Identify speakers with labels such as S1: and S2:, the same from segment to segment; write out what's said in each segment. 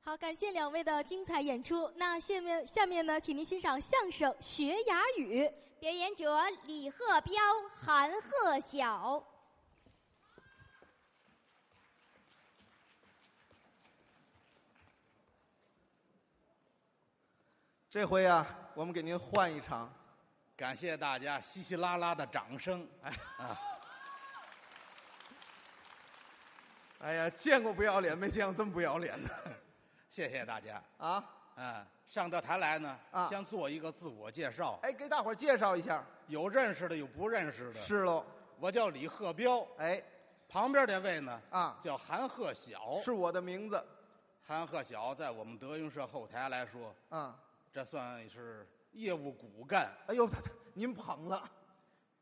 S1: 好，感谢两位的精彩演出。那下面下面呢，请您欣赏相声《学哑语》，
S2: 表演者李鹤彪、韩鹤晓。
S3: 这回呀、我们给您换一场。
S4: 感谢大家稀稀拉拉的掌声。哎，
S3: 哎呀，见过不要脸，没见过这么不要脸的
S4: 谢谢大家。
S3: 啊！
S4: 嗯，上到台来呢，
S3: 啊
S4: 先做一个自我介绍，
S3: 哎，给大伙儿介绍一下，
S4: 有认识的，有不认识的。，
S3: 是喽。
S4: 我叫李鹤彪，
S3: 哎，
S4: 旁边这位呢，
S3: 啊
S4: 叫韩鹤晓。
S3: 是我的名字
S4: 韩鹤晓，在我们德云社后台来说，
S3: 啊。
S4: 这算是业务骨干、
S3: 哎呦， 他他您捧了，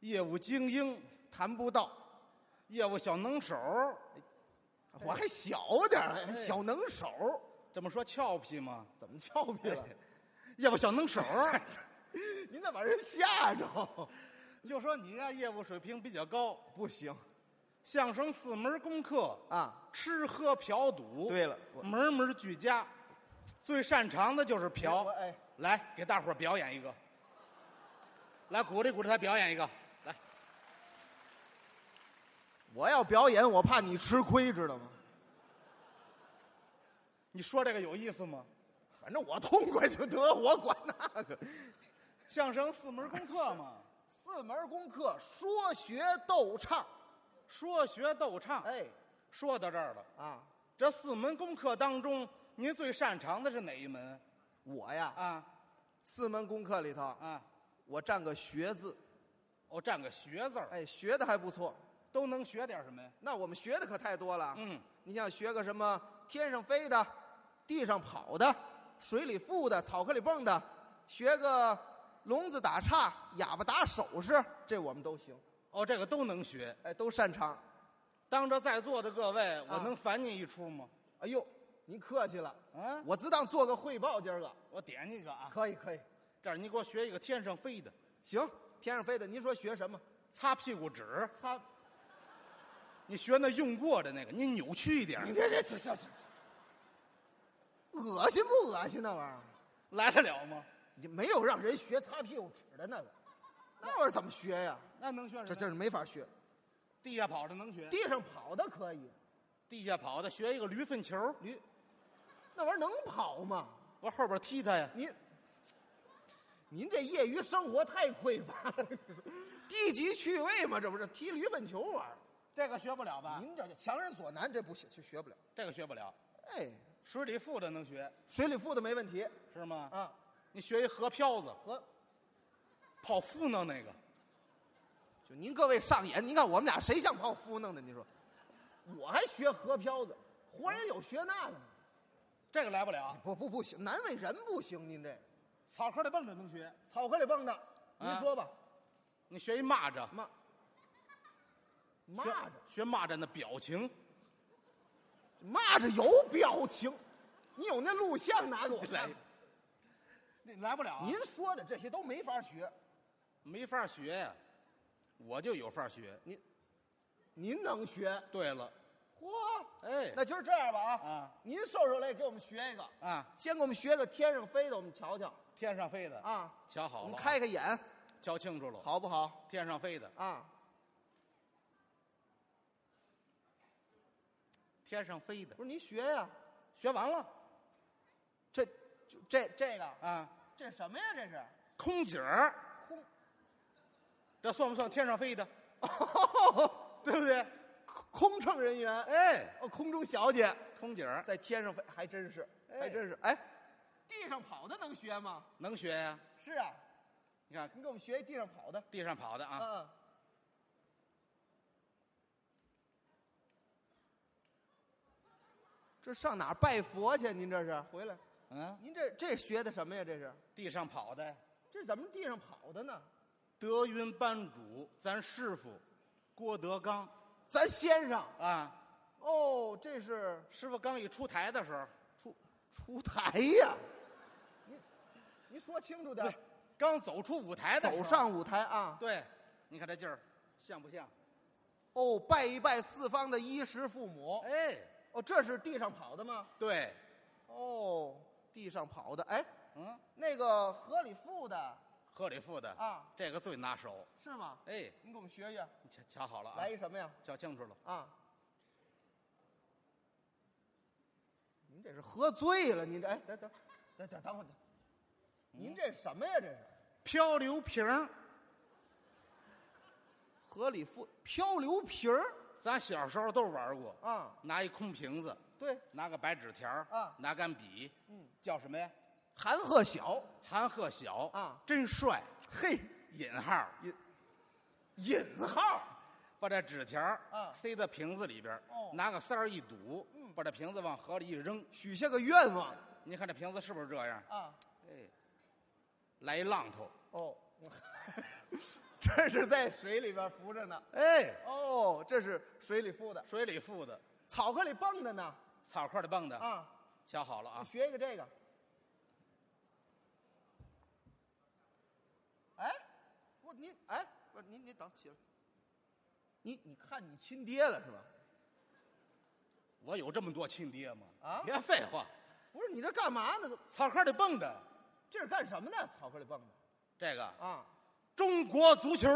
S4: 业务精英、
S3: 谈不到，
S4: 业务小能手。
S3: 我还小点儿还小能手，
S4: 这么说俏皮吗？
S3: 怎么俏皮了？
S4: 业务小能手，
S3: 您再把人吓着，
S4: 就说你啊，业务水平比较高，
S3: 不行
S4: 相声四门功课，
S3: 啊！
S4: 吃喝嫖赌，
S3: 对了我
S4: 门门俱佳，最擅长的就是嫖
S3: 我。哎
S4: 来给大伙儿表演一个，来鼓励鼓励他表演一个，来，
S3: 我要表演，我怕你吃亏，知道吗？
S4: 你说这个有意思吗？
S3: 反正我痛快就得，我管那个。
S4: 相声四门功 课嘛，
S3: 四门功课：说学逗唱。
S4: 说学逗唱。
S3: 哎，
S4: 说到这儿了，
S3: 啊，
S4: 这四门功课当中，您最擅长的是哪一门
S3: 我呀，
S4: 啊？
S3: 四门功课里头，
S4: 啊，
S3: 我占个学字，
S4: 哦，占个学字儿，
S3: 哎，学的还不错。
S4: 都能学点什么呀？
S3: 那我们学的可太多了。
S4: 嗯，
S3: 你想学个什么？天上飞的，地上跑的，水里浮的，草壳里蹦的，学个聋子打岔，哑巴打手势，这我们都行，
S4: 哦，这个都能学。
S3: 哎，都擅长。
S4: 当着在座的各位，我
S3: 啊
S4: 能烦您一出吗？
S3: 哎呦，您客气了，
S4: 啊，
S3: 我只当做个汇报，今儿个
S4: 我点你一个啊，
S3: 可以可以，
S4: 这儿你给我学一个天上飞的，
S3: 行。天上飞的，您说学什么？
S4: 擦屁股纸，
S3: 擦，
S4: 你学那用过的那个，你扭曲一点儿，
S3: 这这行行行，恶心不恶心那玩意儿？
S4: 来得了吗？
S3: 你没有让人学擦屁股纸的那个，那玩意儿怎么学呀？
S4: 那能学什么？
S3: 这这是没法学。
S4: 地下跑的能学，
S3: 地上跑的可以，
S4: 地下跑的学一个驴粪球，
S3: 驴，那玩意儿能跑吗？
S4: 我后边踢他呀。
S3: 您，您这业余生活太匮乏了，低级趣味嘛，这不是踢驴粪球玩意
S4: 这个学不了
S3: 儿？
S4: 吧？
S3: 您这强人所难，这不行，就学不了。
S4: 嗯这个学不了。
S3: 哎，
S4: 水里浮的能学
S3: 水里浮的没问题
S4: 是吗？
S3: 啊，
S4: 你学一河漂子，
S3: 和
S4: 跑浮呢那个，
S3: 就您各位上瘾，您看我们俩谁像泡芙弄的？你说，我还学河漂子，活人有学那个呢。
S4: 这个来不了。
S3: 不不不行，难为人不行，您这
S4: 草壳里蹦的能学，
S3: 草壳里蹦的，您
S4: 啊
S3: 说吧，
S4: 你学一蚂蚱，
S3: 骂蚂蚱，
S4: 学蚂蚱的表 情，
S3: 蚂蚱有表情，你有那录像拿给我
S4: 来
S3: 看看。，
S4: 你来不了啊、
S3: 您说的这些都没法学，
S4: 没法学呀，我就有法学。
S3: 您能学？
S4: 对了，
S3: 嚯，
S4: 哎，
S3: 那今儿这样吧啊，
S4: 啊
S3: 您受受累，给我们学一个，
S4: 啊，
S3: 先给我们学个天上飞的，我们瞧瞧
S4: 天上飞的，
S3: 啊，
S4: 瞧
S3: 我
S4: 好
S3: 们
S4: 了啊，
S3: 开开眼，
S4: 瞧清楚了，
S3: 好不好？
S4: 天上飞的，
S3: 啊，
S4: 天上飞的，
S3: 不是您学呀、
S4: 学完了
S3: 这就这这个
S4: 啊，
S3: 这什么呀？这是
S4: 空姐儿，
S3: 空，
S4: 这算不算天上飞的？ 对不对？
S3: 空乘人员，哎，
S4: 哎，
S3: 哦，空中小姐
S4: 空姐儿
S3: 在天上飞，还真是，
S4: 哎
S3: 还真是，哎，地上跑的能学吗？
S4: 能学呀、
S3: 是啊，
S4: 你看
S3: 你给我们学一地上跑的，
S4: 地上跑的啊，
S3: 嗯，这上哪儿拜佛去？您这是回来？
S4: 嗯，
S3: 您这这学的什么呀？这是
S4: 地上跑的，
S3: 这怎么地上跑的呢？
S4: 德云班主，咱师傅郭德纲
S3: 咱先生
S4: 啊，
S3: 哦，这是
S4: 师傅刚一出台的时候，
S3: 出出台呀、您您说清楚点儿
S4: 不是，刚走出舞台的时
S3: 走
S4: 候
S3: 上舞台啊！
S4: 对，你看这劲儿，像不像？
S3: 哦，拜一拜四方的衣食父母。
S4: 哎，
S3: 哦，这是地上跑的吗？
S4: 对，
S3: 哦，地上跑的，哎，
S4: 嗯，
S3: 那个河里浮的
S4: 鹤里赋的，
S3: 啊，
S4: 这个最拿手。
S3: 是吗？
S4: 哎，
S3: 你给我们学学，
S4: 你瞧瞧好了啊，
S3: 来一什么呀？
S4: 瞧清楚了。
S3: 啊，您这是喝醉了，您这哎，等等，等等等会儿，您这什么呀？这是
S4: 漂流瓶儿
S3: 河里浮漂流瓶儿
S4: 咱小时候都玩过，
S3: 啊，
S4: 拿一空瓶子，
S3: 对，
S4: 拿个白纸条儿
S3: 啊
S4: 拿杆笔，
S3: 嗯，
S4: 叫什么呀？
S3: 韩鹤小，
S4: 韩鹤晓
S3: 啊
S4: 真帅，
S3: 嘿，
S4: 引号
S3: 引号，
S4: 把这纸条儿
S3: 啊
S4: 塞到瓶子里边儿，
S3: 哦
S4: 拿个塞儿一堵，
S3: 嗯
S4: 把这瓶子往河里一扔，
S3: 许下个愿望
S4: 你看这瓶子是不是这样？
S3: 啊，
S4: 哎，来一浪头，
S3: 哦， 这是在水里边浮着呢。
S4: 哎，
S3: 哦，这是水里浮的，
S4: 水里浮的，
S3: 草壳里蹦的呢。
S4: 草壳里蹦的，
S3: 啊，
S4: 瞧好了
S3: 你
S4: 啊，
S3: 学一个这个。哎，不，你哎，不，你你等起来，你你看你亲爹了是吧？
S4: 我有这么多亲爹吗？
S3: 啊
S4: 别废话，
S3: 不是，你这干嘛呢？
S4: 草壳里蹦的，
S3: 这是干什么呢？草壳里蹦的
S4: 这个
S3: 啊？
S4: 中国足球，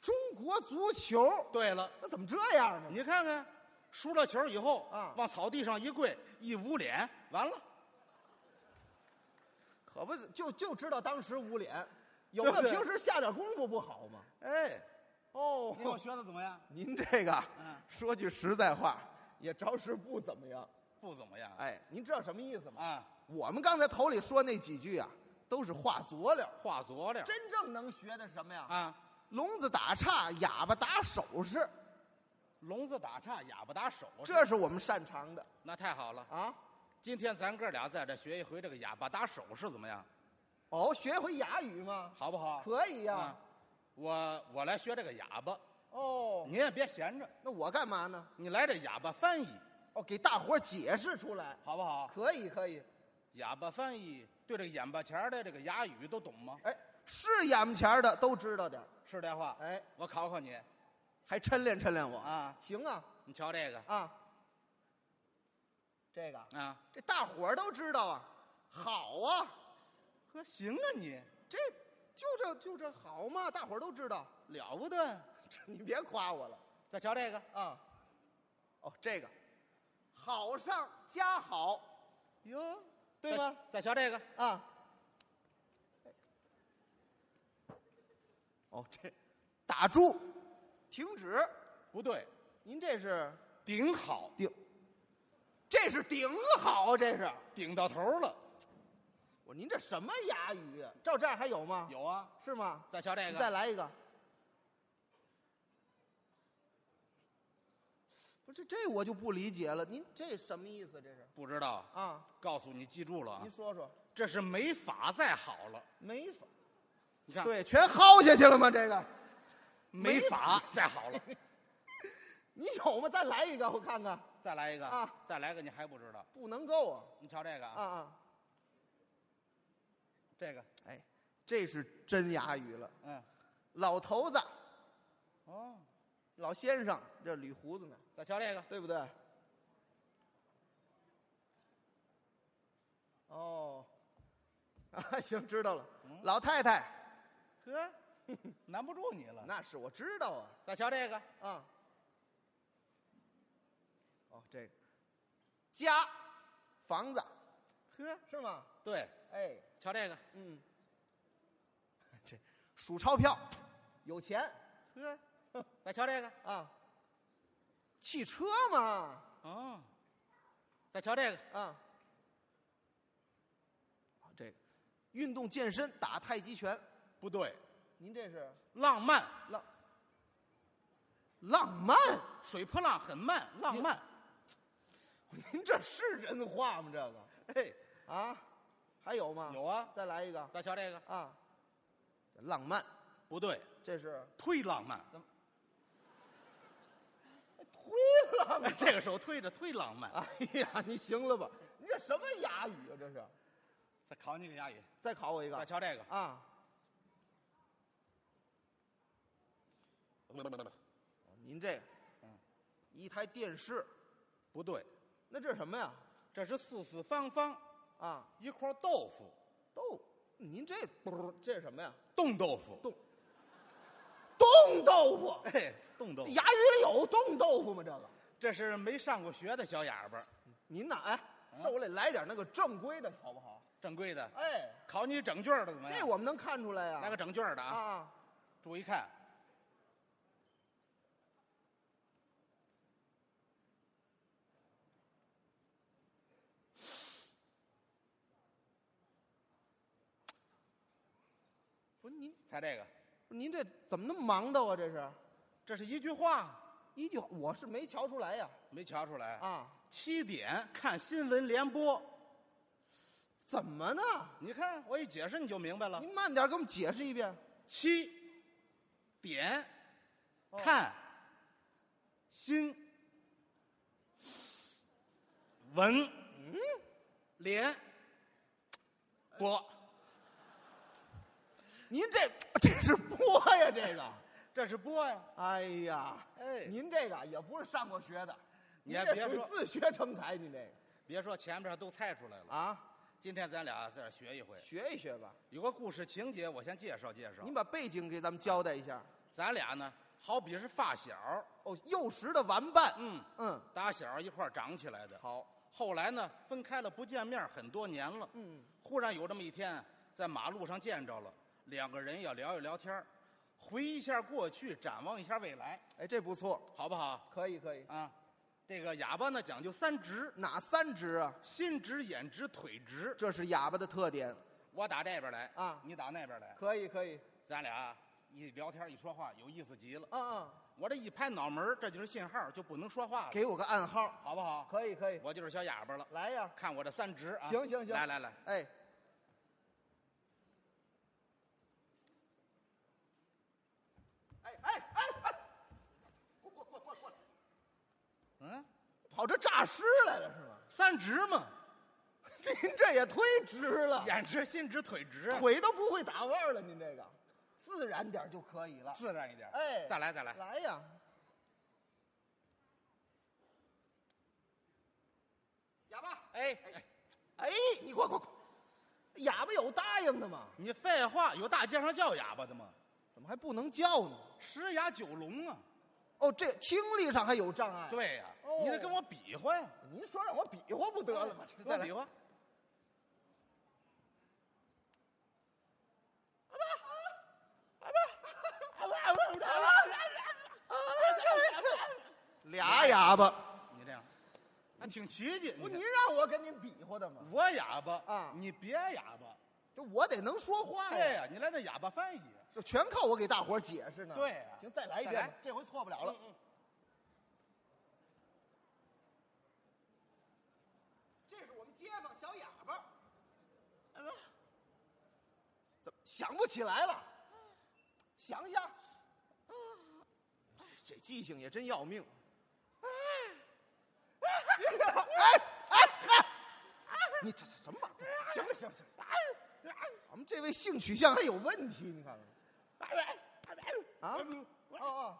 S3: 中国足球，
S4: 对了。
S3: 那怎么这样呢？
S4: 你看看，输了球以后
S3: 啊
S4: 往草地上一跪，一捂脸，完了，
S3: 可不就就知道当时捂脸，有
S4: 对
S3: 的
S4: 不对
S3: 平时下点功夫不好吗？
S4: 哎，
S3: 哦
S4: 你给我学的怎么样？
S3: 您这个
S4: 嗯，
S3: 说句实在话，也着实不怎么样。
S4: 不怎么样，
S3: 哎，您知道什么意思吗？
S4: 啊，
S3: 我们刚才头里说那几句啊，都是话佐料。
S4: 画佐料，
S3: 真正能学的什么呀？
S4: 啊，
S3: 聋子打岔，哑巴打手势，
S4: 聋子打岔，哑巴打手势，
S3: 这是我们擅长的
S4: 那太好了。
S3: 啊。
S4: 今天咱哥俩在这学一回这个哑巴打手势怎么样？
S3: 哦，学回哑语吗？
S4: 好不好？
S3: 可以呀、
S4: 啊，我我来学这个哑巴，
S3: 哦，
S4: 你也别闲着，
S3: 那我干嘛呢？
S4: 你来这哑巴翻译，
S3: 哦，给大伙儿解释出来。
S4: 好不好？
S3: 可以，可以。
S4: 哑巴翻译对这个眼巴前儿的这个哑语都懂吗？
S3: 哎，是眼前儿的都知道点儿
S4: 是这话？
S3: 哎，
S4: 我考考你
S3: 还抻练抻练我。
S4: 啊，
S3: 行啊，
S4: 你瞧这个
S3: 啊，这个
S4: 啊，
S3: 这大伙儿都知道啊，好啊，
S4: 呵，行啊你，
S3: 这就这就这好嘛，大伙儿都知道。
S4: 了不得！
S3: 这你别夸我了
S4: 再瞧这个，
S3: 啊。哦，这个好上加好
S4: 哟，
S3: 对吧？
S4: 再瞧这个，
S3: 啊。哦，这打住，停止。
S4: 不对，
S3: 您这是
S4: 顶好，
S3: 顶，这是顶好，这是。
S4: 顶到头了。
S3: 我说您这什么哑语？照这样还有吗？
S4: 有啊，
S3: 是吗？
S4: 再瞧这
S3: 你
S4: 个，
S3: 再来一个。不是这我就不理解了，您这什么意思？这是
S4: 不知道，
S3: 啊？
S4: 告诉你，记住了啊
S3: 您，说说，
S4: 这是没法再好了。
S3: 没法
S4: 你看，，
S3: 对，全薅下去了吗？这个
S4: 没法 再好了。
S3: 你有吗？再来一个，我看看。
S4: 再来一个
S3: 啊，
S4: 再来一个，你还不知道？
S3: 不能够啊
S4: 你瞧这个
S3: 啊
S4: 啊，
S3: 啊！
S4: 这个，
S3: 哎，这是真哑语了。
S4: 嗯，
S3: 老头子、
S4: 哦，
S3: 老先生，这捋胡子呢，
S4: 再瞧这个，
S3: 对不对？哦，啊，行，知道了。
S4: 嗯
S3: 老太太。
S4: 呵，难不住你了。
S3: 那是我知道啊
S4: 再瞧这个，
S3: 啊。哦，这个家房子
S4: 呵，
S3: 是吗？
S4: 对，
S3: 哎，
S4: 瞧这个，
S3: 嗯，这数钞票，有钱
S4: 呵，再瞧这个，
S3: 啊。汽车嘛，
S4: 哦，再瞧这个，
S3: 啊，这个运动健身打太极拳，
S4: 不对，
S3: 您这是
S4: 浪漫，
S3: 浪浪漫？
S4: 水波浪很慢，浪漫。
S3: 您这是人话吗？这 个
S4: 嘿，
S3: 啊，还有吗？
S4: 有啊，
S3: 再来一个
S4: 再瞧这个，
S3: 啊，这浪漫，
S4: 不对，
S3: 这是
S4: 忒浪 漫。
S3: 哎推浪漫。
S4: 这个手推着忒浪漫。
S3: 哎呀，你行了吧？你这什么哑语啊？这是？
S4: 再考你个哑语，
S3: 再考我一
S4: 再
S3: 个
S4: 瞧这个，
S3: 啊！您这个，
S4: 嗯
S3: 一台电视，
S4: 不对，
S3: 那这是什么呀？
S4: 这是四四方方
S3: 啊，
S4: 一块豆腐，
S3: 豆，您这不这是什么呀？
S4: 冻豆腐，
S3: 冻冻豆腐，
S4: 哎，冻豆腐。
S3: 哑语里有冻豆腐吗？这个，
S4: 这是没上过学的小哑巴，
S3: 您呐，哎，受累来点那个正规的好不好？
S4: 正规的，
S3: 哎，
S4: 考你整卷的怎么样？
S3: 这我们能看出来呀、
S4: 来个整卷的啊！
S3: 啊，
S4: 注意看，
S3: 不是您，
S4: 猜这个，
S3: 您这怎么那么忙叨啊？这是
S4: 这是一句话，
S3: 一句话，我是没瞧出来呀、
S4: 没瞧出来
S3: 啊。？
S4: 七点看新闻联播，
S3: 怎么呢？
S4: 你看我一解释你就明白了。
S3: 您慢点给我们解释一遍。
S4: 七点看新闻联播，
S3: 您这这是播呀，这个。
S4: 这是播呀。
S3: 哎呀，
S4: 哎
S3: 您这个也不是上过学的，
S4: 你
S3: 您这
S4: 还别
S3: 属于
S4: 说
S3: 自学成才，您这个
S4: 别说前面都猜出来了，
S3: 啊，
S4: 今天咱俩在这儿学一回。
S3: 学一学吧。
S4: 有个故事情节，我先介绍介绍
S3: 您。把背景给咱们交代一下。
S4: 咱俩呢，好比是发小，
S3: 哦，幼时的玩伴，
S4: 嗯，
S3: 嗯，
S4: 打小一块儿长起来的。
S3: 好，
S4: 后来呢，分开了，不见面很多年了。
S3: 嗯，
S4: 忽然有这么一天，在马路上见着了，两个人要聊一聊天儿回忆一下过去，展望一下未来，
S3: 哎，这不错，
S4: 好不好？
S3: 可以可以。
S4: 啊，这个哑巴呢讲究三直：
S3: 哪三只啊？
S4: 心直、眼直、腿直。
S3: 这是哑巴的特点。
S4: 我打这边来
S3: 啊
S4: 你打那边来，
S3: 可以可以，
S4: 咱俩一聊天一说话，有意思极了。
S3: 啊啊，
S4: 我这一拍脑门儿这就是信号，就不能说话了，
S3: 给我个暗号。
S4: 好不好？
S3: 可以可以，
S4: 我就是小哑巴了。
S3: 来呀，
S4: 看我这三直啊！
S3: 行行行
S4: 来来来，
S3: 哎，哎哎哎哎，过过过过过来，
S4: 嗯，
S3: 跑这诈尸来了是吗？
S4: 三直嘛，
S3: 您这也忒直了，
S4: 眼直、心直、腿直，
S3: 腿都不会打弯了，您这个，自然点就可以了。
S4: 自然一点。
S3: 哎
S4: 再来再来，
S3: 来呀，哑巴，
S4: 哎，
S3: 哎，你快快快，哑巴有答应的吗？
S4: 你废话，有大街上叫哑巴的吗？
S3: 怎么还不能叫呢？
S4: 十哑九聋啊！
S3: 哦，这听力上还有障碍。，
S4: 对呀
S3: 哦，
S4: 你得跟我比划呀，
S3: 您说让我比划不得了吗？这
S4: 再比划。
S3: 俩哑巴，
S4: 你这样，还挺奇迹。
S3: 不，
S4: 你
S3: 您
S4: 看
S3: 让我跟您比划的吗？
S4: 我哑巴
S3: 啊
S4: 你别哑巴。
S3: 就我得能说话
S4: 对
S3: 呀，
S4: 呀，你来这哑巴翻译。
S3: 这全靠我给大伙儿解释呢。
S4: 对呀
S3: 行，啊再来嗯一
S4: 再
S3: 遍
S4: 来，
S3: 这回错不了了。这是我们街坊小哑巴，怎么想不起来了？想想，啊这这记性也真要命。啊哎你这这什么玩意儿？行了行了行了，我们这位性取向还有问题，你看看。啊哦哦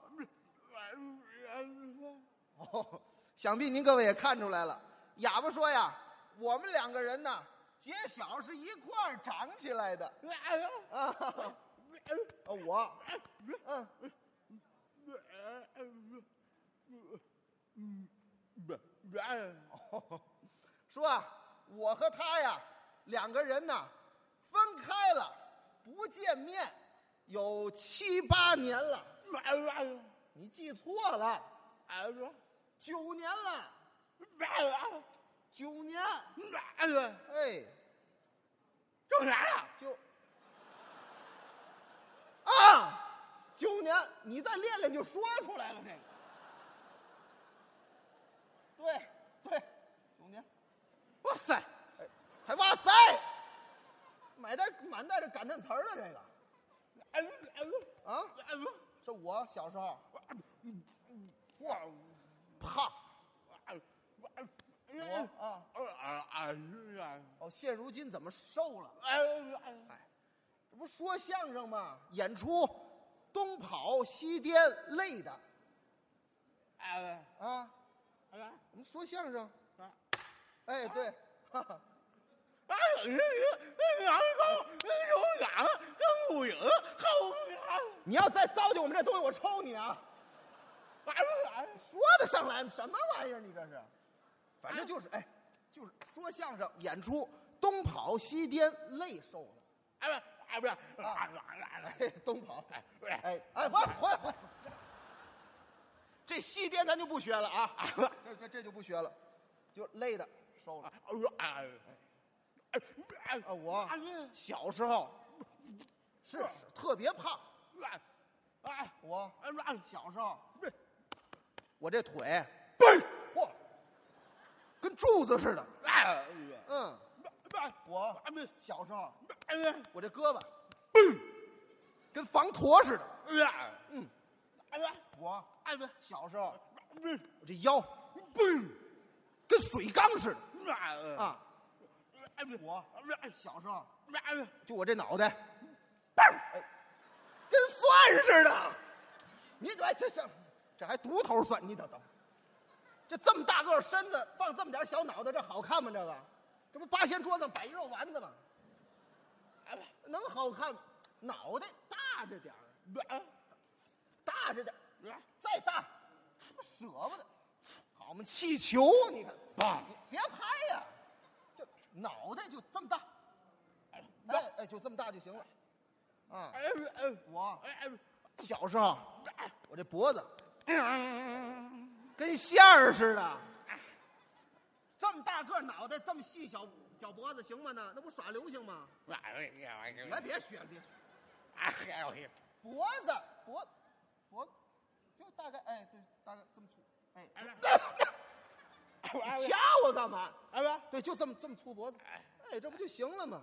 S3: 哦，想必您各位也看出来了。哑巴说呀，我们两个人呢，姐小是一块儿长起来的啊。啊我，嗯，说啊，我和他呀，两个人呢，分开了，不见面，有七八年了。你记错了，九年了，九年，哎，
S4: 中啥了？
S3: 就啊，九年，你再练练就说出来了这个。对对，九年，
S4: 哇塞，
S3: 哎，还哇塞，满带满带着感叹词儿的这个啊，这我小时候，哇，胖，
S4: 嗯
S3: 我啊，哦，现如今怎么瘦了？这不说相声吗？演出，东跑西颠，累的。
S4: 哎
S3: 啊，
S4: 哎呀，
S3: 我们说相声。
S4: 啊
S3: 哎，对， 哈哈
S4: 哎呀，南高有两跟古影后娘，
S3: 你要再糟践我们这东西，我抽你啊！
S4: 哎呀，
S3: 说得上来什么玩意儿？你这是，反正就是哎，就是说相声演出，东跑西颠，累瘦了。
S4: 哎呀，哎不是，来来
S3: 哎
S4: 来，，
S3: 东跑，
S4: 哎不
S3: 哎哎，不，回来回来。这西颠咱就不学了啊，这这这就不学了，就累的瘦了。
S4: 是，哎哎哎
S3: 啊，我小时候是是特别胖，
S4: 哎哎
S3: 我
S4: 哎
S3: 小时候啊我这腿，嚯，跟柱子似的。
S4: 哎
S3: 嗯，
S4: 哎，
S3: 我
S4: 哎不
S3: 小时候
S4: 哎呀，
S3: 我这胳膊，跟防驼似的。
S4: 哎呀，嗯，哎呀，
S3: 我
S4: 哎不，
S3: 小时候
S4: 不
S3: 我这腰跟水缸似的
S4: 不，啊，
S3: 啊。
S4: 哎不，
S3: 我
S4: 哎
S3: 小时候
S4: 哎不。
S3: 就我这脑袋，哎跟蒜似的。你哎，这像这还独头蒜？你等等，这这么大个身子，放这么点小脑袋，这好看吗？这个，这不八仙桌上摆一肉丸子吗？哎，能好看吗？脑袋大着点儿，大着点儿，再大，他妈舍不得。好嘛，气球，啊你看，
S4: 棒
S3: 你别拍呀、就脑袋就这么大，哎哎，就这么大就行了。啊，我小时候，我这脖子跟线儿似的，这么大个脑袋，这么细小小脖子，行吗？呢，那不耍流行吗？别别学了，别学了，脖子脖脖，就大概哎，对，大概这么粗，哎，
S4: 哎
S3: 你掐我干嘛？对，就这么这么粗脖子，哎，这不就行了吗？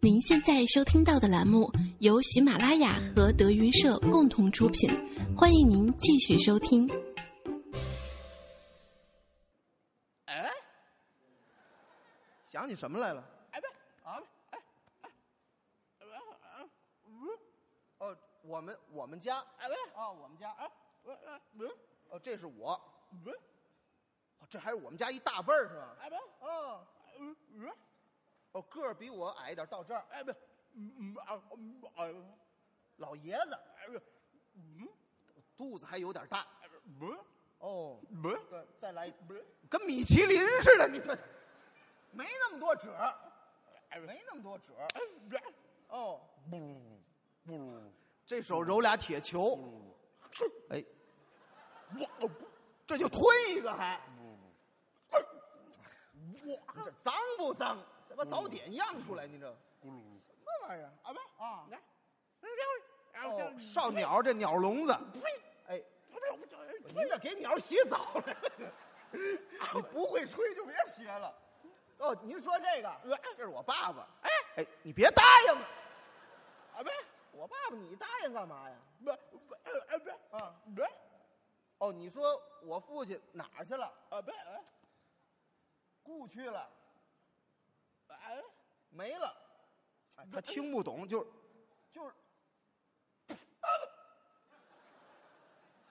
S5: 您现在收听到的栏目由喜马拉雅和德云社共同出品，欢迎您继续收听。
S3: 想起什么来了？哦，我们我们家啊，我们家哦，这是我，哦这还是我们家一大辈儿是吧？哦哦，个儿比我矮一点，到这儿，老爷子肚子还有点大。哦，对，再来一跟米其林似的，你这没那么多褶儿，没那么多褶儿。哦，这手揉俩铁球，哎，这就推一个还，哇，这脏不脏？再把早点样出来，你这什么玩意儿啊？哦，少鸟这鸟笼子，哎，您这给鸟洗澡 了，你不会吹就别学了。哦，您说这个，这是我爸爸。哎哎，你别答应啊！我爸爸，你答应干嘛呀？啊，哦，你说我父亲哪儿去了？故去了，没了。哎，他听不懂，就是就是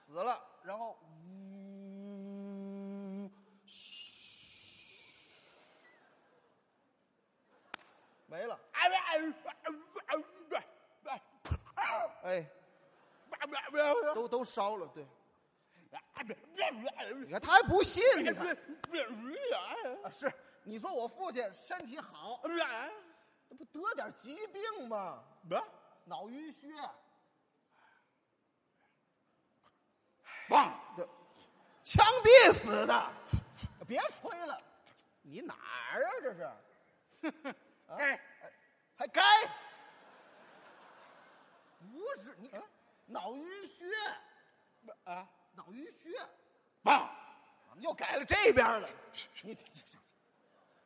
S3: 死了，然后呜，没了。哎，都都烧了，对。你看他还不信，你
S4: 哎
S3: 看啊，是你说我父亲身体好，这不得点疾病吗？脑淤血，这枪毙死的，别吹了，你哪儿啊？这是还该？不是，你看、脑淤血，脑淤血，怎么又改了这边了？你这这这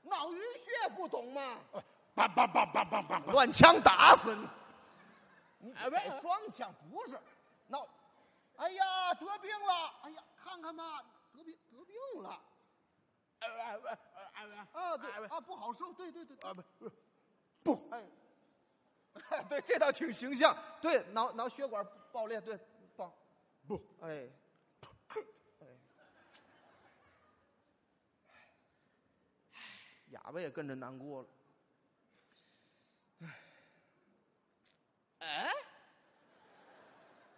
S3: 脑淤血不懂吗？乱枪打死你！你
S4: 哎喂
S3: 改双枪不是？那，哎呀，得病了！哎呀，看看吧，得病得病了啊！对啊，不好受，对对对，啊不不， 哎，对，这倒挺形象。对，脑脑血管爆裂，对，爆
S4: 不，
S3: 哎，哎，哑巴也跟着难过了。
S4: 哎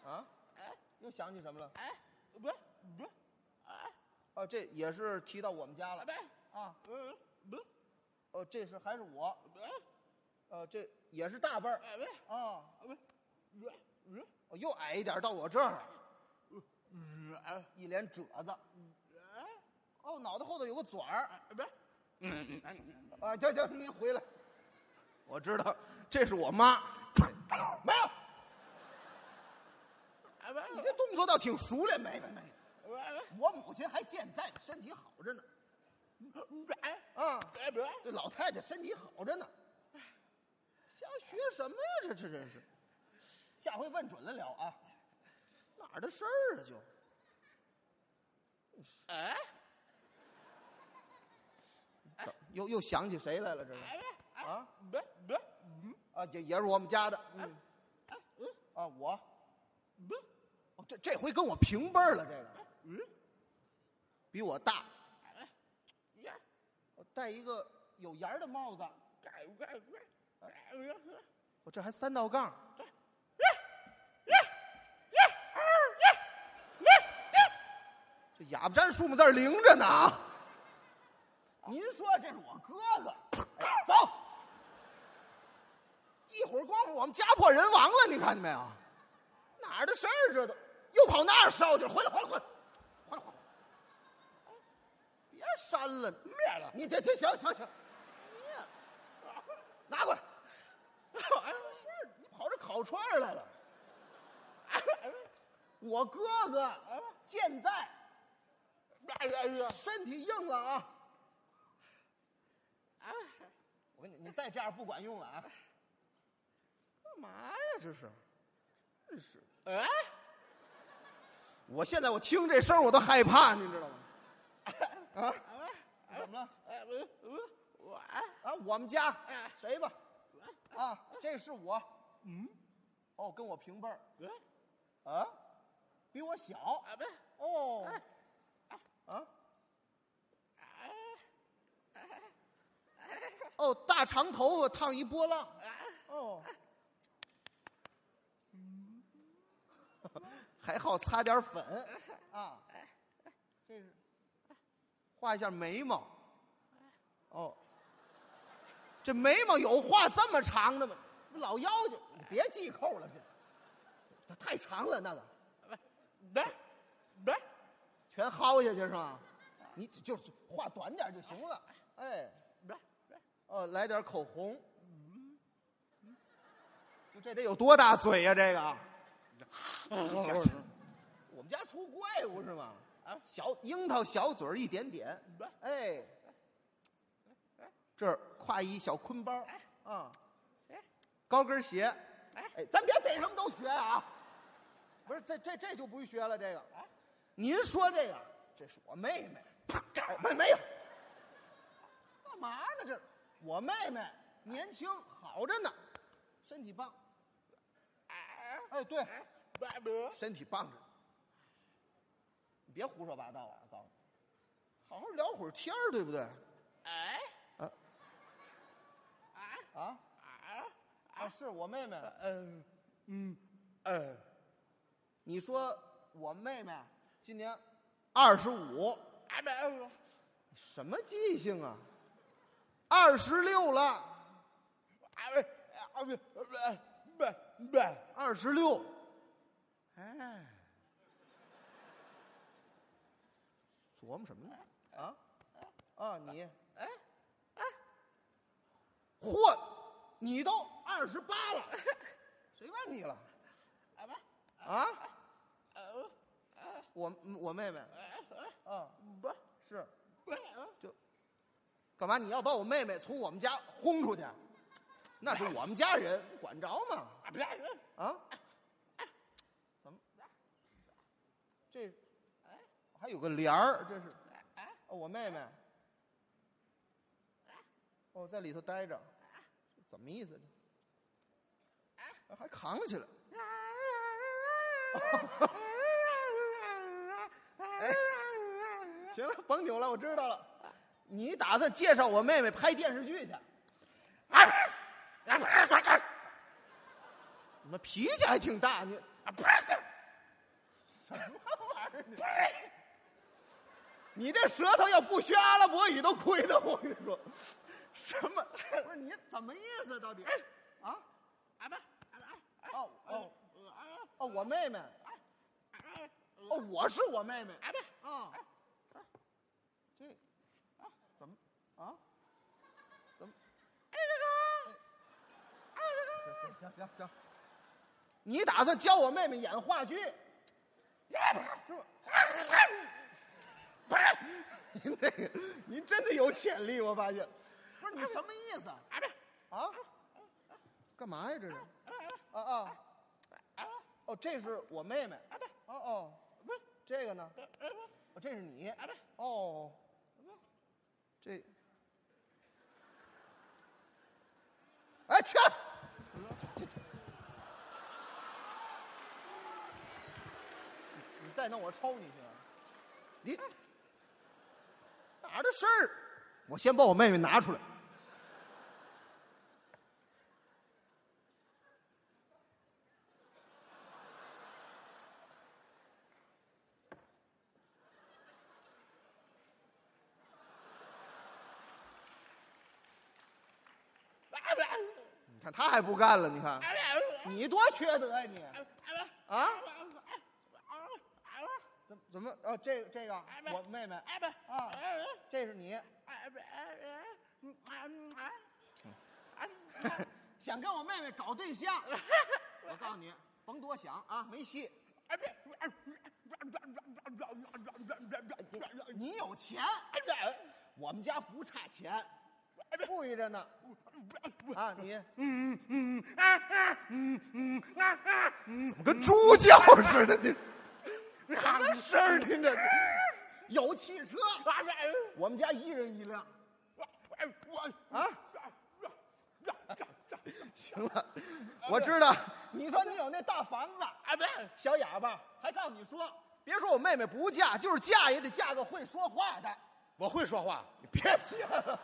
S3: 啊？又想起什么了？
S4: 哎，不不，哎
S3: 哦，这也是提到我们家了。
S4: 呗
S3: 啊，
S4: 哎嗯不
S3: 哦，这是还是我，
S4: 不哎
S3: 呃，这也是大辈儿
S4: 呗
S3: 啊，
S4: 不不不呃
S3: 哦又矮一点到我这儿，
S4: 哎
S3: 一脸褶子。
S4: 嗯
S3: 哦，脑袋后头有个嘴儿。
S4: 哎不，嗯嗯
S3: 啊，行行，您回来。我知道，这是我妈。没有，
S4: 哎不
S3: 你这动作倒挺熟练。没没没，
S4: 哎
S3: 我母亲还健在，身体好着呢。
S4: 不哎
S3: 啊，
S4: 哎不
S3: 这老太太身体好着呢。瞎学什么呀？这这真是，下回问准了聊啊。哪儿的事儿啊？就
S4: 哎
S3: 怎又又想起谁来了？这是
S4: 哎哎
S3: 啊
S4: 不不
S3: 啊，也也是我们家的。嗯，啊，我
S4: 不
S3: 哦这这回跟我平辈儿了，这个
S4: 嗯
S3: 比我大，
S4: 呀
S3: 我戴一个有檐儿的帽子，
S4: 快快快哎呀
S3: 我这还三道杠。这哑巴占数目字儿零着呢啊！您说这是我哥哥，哎走，一会儿功夫我们家破人亡了，你看见没有？哪儿的事儿这都，又跑那儿烧去了，回来回来回来，回来回来，哎别删了，灭了！你这这行行行，灭了，啊拿过来。哎，是你跑这烤串儿来了？哎我哥哥健在，
S4: 哎呀呀
S3: 身体硬朗啊！
S4: 哎
S3: 我跟你，你再这样不管用了啊！干嘛呀？这是，真是！
S4: 哎
S3: 我现在我听这声儿我都害怕，你知道吗？啊？怎么了？
S4: 哎不不我哎
S3: 啊，我们家
S4: 哎
S3: 谁吧？啊，这是我，嗯，哦，跟我平辈儿
S4: 哎
S3: 啊，比我小
S4: 哎不。
S3: 哦，啊，哦，大长头发烫一波浪，哦， 还好擦点粉啊，这是画一下眉毛，哦，这眉毛有画这么长的吗？不老妖精，你别系扣了，这这太长了那个。
S4: 别别，
S3: 全薅下去是吧？你只就是画短点就行了。哎，
S4: 别
S3: 哦，来点口红。就这得有多大嘴呀、这个，我们家出怪物是吗？啊，小樱桃小嘴儿一点点。哎，这儿挎一小坤包啊，高跟鞋。哎，咱别逮什么都学啊！不是，这这这就不学了。这个，您说这个，这是我妹妹。啪，没没有，哎干嘛呢？这我妹妹年轻，好着呢，身体棒。哎，对，
S4: 别别，
S3: 身体棒着。你别胡说八道啊！我告诉你，好好聊会儿天儿，对不对？
S4: 哎
S3: 啊
S4: 哎
S3: 啊，是我妹妹。
S4: 嗯嗯嗯，
S3: 你说我妹妹今年二十五，
S4: 哎别，
S3: 什么记性啊？二十六了，
S4: 哎别哎别别别，
S3: 二十六，
S4: 哎
S3: 琢磨什么呢？啊啊，你哎哎，嚯，你都二十八了，谁问你了？
S4: 哎别，
S3: 啊，
S4: 呃
S3: 我我妹妹
S4: 哎
S3: 啊，
S4: 不
S3: 是
S4: 不，嗯
S3: 干嘛？你要把我妹妹从我们家轰出去？那是我们家人，管着吗？
S4: 哎别，
S3: 啊？
S4: 哎
S3: 怎么？这还有个帘儿，这是、哦、我妹妹。哦，在里头待着，怎么意思这？还扛起来？哎，行了，甭扭了，我知道了。你打算介绍我妹妹拍电视剧去？你们脾气还挺大，你你这舌头要不学阿拉伯语都亏的，我跟你说。什么？不是你怎么意思？到底？啊？哦哦哦，我妹妹。哦，我是我妹妹。啊，这啊怎么啊？怎么？哎，大哥，哎，大哥，行行行行，你打算教我妹妹演话剧？哎是哎吧？您这个，您真的有潜力，我发现。不是你什么意思？啊？干嘛呀？这是？啊啊！哦，这是我妹妹。哦哦，这个呢？哦，这是你。哦，这。哎，去！你再弄我抽你去！啊你哪儿的事儿？我先把我妹妹拿出来。你看他还不干了，你看，你多缺德呀、你！啊？怎么怎么？哦，这个这个，我妹妹啊，这是你，想跟我妹妹搞对象？ 我告诉你，甭多想啊，没戏。哎你哎有钱，我们家不差钱，富裕哎着呢。啊，你
S6: 怎么跟猪叫
S3: 嗯
S6: 似的？你
S3: 什么声儿？听着，有汽车，哎我们家一人一辆。啊，
S6: 行了，我知道，
S3: 你说你有那大房子，小哑巴，还照你说，别说我妹妹不嫁，就是嫁也得嫁个会说话的。
S4: 我会说话，
S3: 别信了，